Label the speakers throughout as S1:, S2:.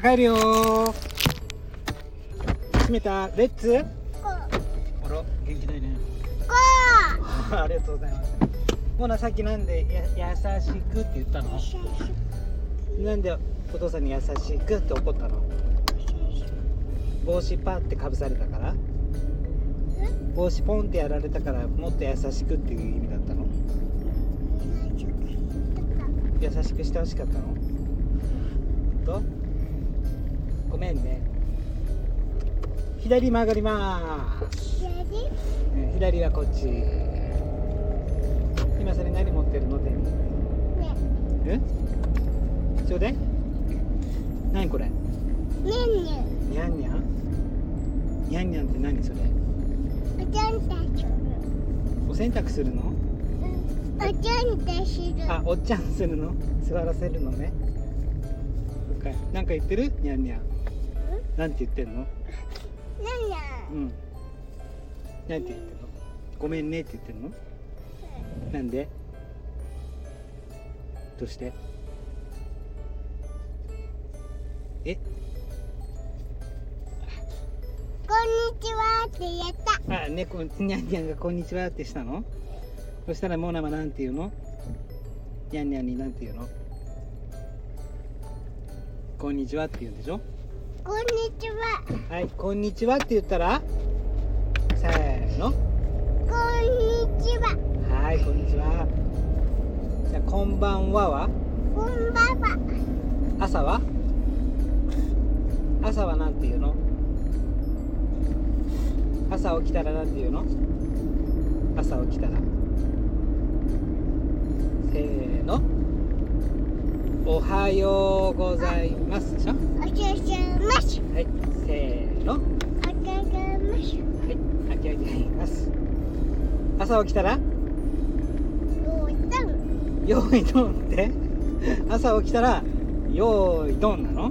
S1: 帰るよ閉めたレッツ
S2: こ
S1: あら元気ないね
S2: こ
S1: ありがとうございますモナさっきなんでや優しくって言ったのなんでお父さんに優しくって怒ったの帽子パってかぶされたから帽子ポンってやられたからもっと優しくっていう意味だったの優しくしてほしかったのとごめんね左曲がりますえー左はこっち今それ何持ってるの手にえちょうだい何これ
S2: ねえね
S1: ニャンニャンニャンニャンって何それ
S2: えおちゃんたち
S1: お洗濯するの
S2: おちゃんたちる
S1: あおっちゃんするの座らせるのねそっかなんか言ってるニャンニャンなんて言ってんの
S2: ね
S1: うんな
S2: えね
S1: んて言ってんのごめんねって言ってんのなんでどうしてえ
S2: えこんにちはって言えた
S1: あ猫ニャンニャンが「こんにちは」ってしたのそしたらモナマなんて言うのニャンニャンになんて言うのこんにちはって言うんでしょ
S2: こんにちは
S1: はい「こんにちは」って言ったらせーの
S2: こんにちは
S1: 「はいこんにちは」じゃあ「こんばんは」は
S2: こんばんは
S1: 朝は朝はなんて言うの朝起きたらなんて言うの朝起きたらせーのおはようございますでしょは
S2: おちゃんまし
S1: いせーのは
S2: おちゃんまし
S1: いあきあきあきます朝起きたら
S2: おちゃん
S1: よーいどんって朝起きたらよーいどんなの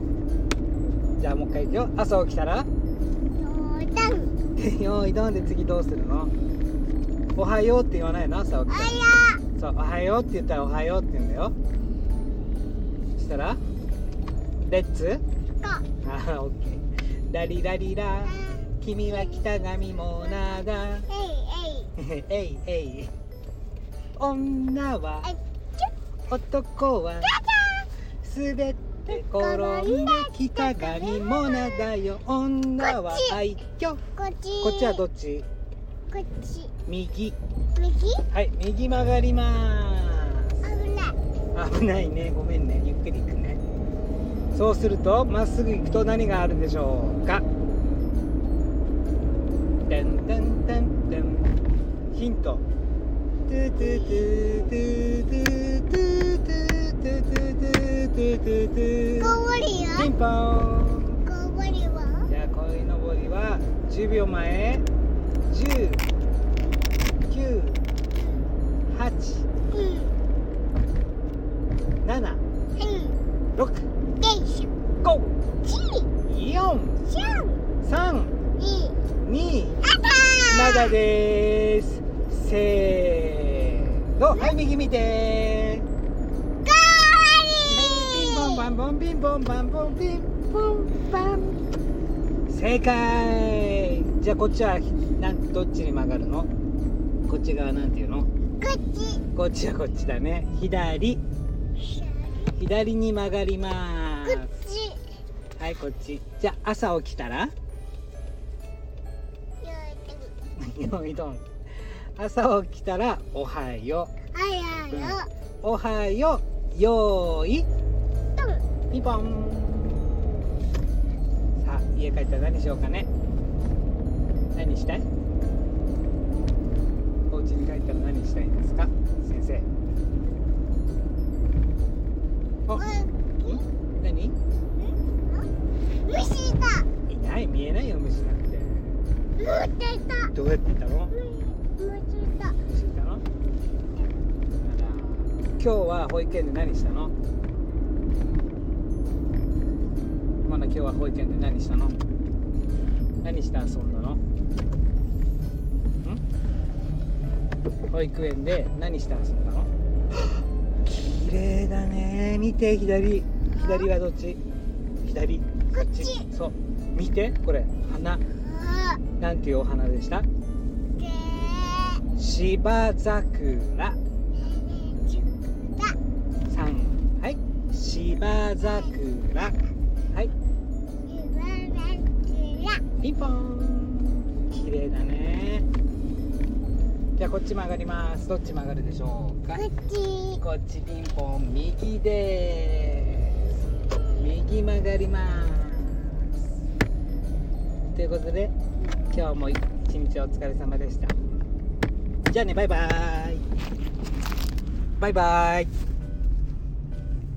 S1: じゃあもう一回いくよ朝起きたら
S2: おちゃん
S1: で よーいどんで次どうするのおはようって言わないの朝起きた
S2: あ
S1: ら
S2: や
S1: そうおはようって言ったらおはようって言うんだよそしたらレッツ
S2: こ
S1: あーオッケーラリラリラ君は北上モナだ
S2: えいえい
S1: えいえい女は
S2: えっ
S1: 男はすべて転んで北上モナだよ女は愛嬌
S2: こっち
S1: こっちはどっち
S2: こっち
S1: 右
S2: 右
S1: はい、右曲がりま
S2: 危ない
S1: す。危ないね、ごめんね、ゆっくり行くね。そうすると、まっすぐ行くと何があるでしょうか。てんてんてんてん。ヒント。トゥトゥトゥトゥトゥトゥトゥトゥトゥトゥトゥトゥトゥ
S2: こぼりよ
S1: ピンポーン。
S2: こぼりは
S1: じゃあ鯉のぼりは10秒前10 9 8
S2: うん
S1: 7
S2: うん
S1: 六
S2: でしょ
S1: 五四
S2: ちしょん
S1: 三
S2: いい
S1: 二
S2: あた
S1: まだですせーのはい右見て
S2: こわ
S1: ピンポンパンポンピンポン
S2: り
S1: パンポンピン
S2: ポンパン
S1: 正解じゃあこっちはなんどっちに曲がるのこっち側なんていうの
S2: こっち
S1: こっちはこっちだね左左に曲がりま
S2: こっ
S1: す
S2: ち
S1: はいこっちじゃあ朝起きたら
S2: よいと
S1: よいどん朝起きたらおはよ
S2: あやよ
S1: うおはようよーい
S2: とん
S1: ピンポンさあ家帰ったら何しようかね何したいお家に帰ったら何したいですか先生お何
S2: 虫だ
S1: いない見えないよ虫なんて
S2: 持ってた
S1: どうやっていたの
S2: 虫だ
S1: 虫いたのあら今日は保育園で何したのまだ今日は保育園で何したの何して遊んだのん保育園で何して遊んだの綺麗だね見て左左はどっち左
S2: こっち
S1: そう見てこれ花
S2: あ
S1: なんていうお花でした
S2: で
S1: 芝桜
S2: 嗯じゅだ
S1: さんはい芝桜はい
S2: ゆばらくら
S1: ピンポーン綺麗だねじゃあこっち曲がりますどっち曲がるでしょうか
S2: こっち
S1: こっちピンポン右です右曲がりますということで今日も一日お疲れ様でしたじゃあねバイバーイバイバイ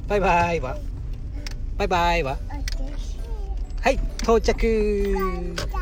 S1: バイバイはバイバイは
S2: おてし
S1: はい到着
S2: ばんだ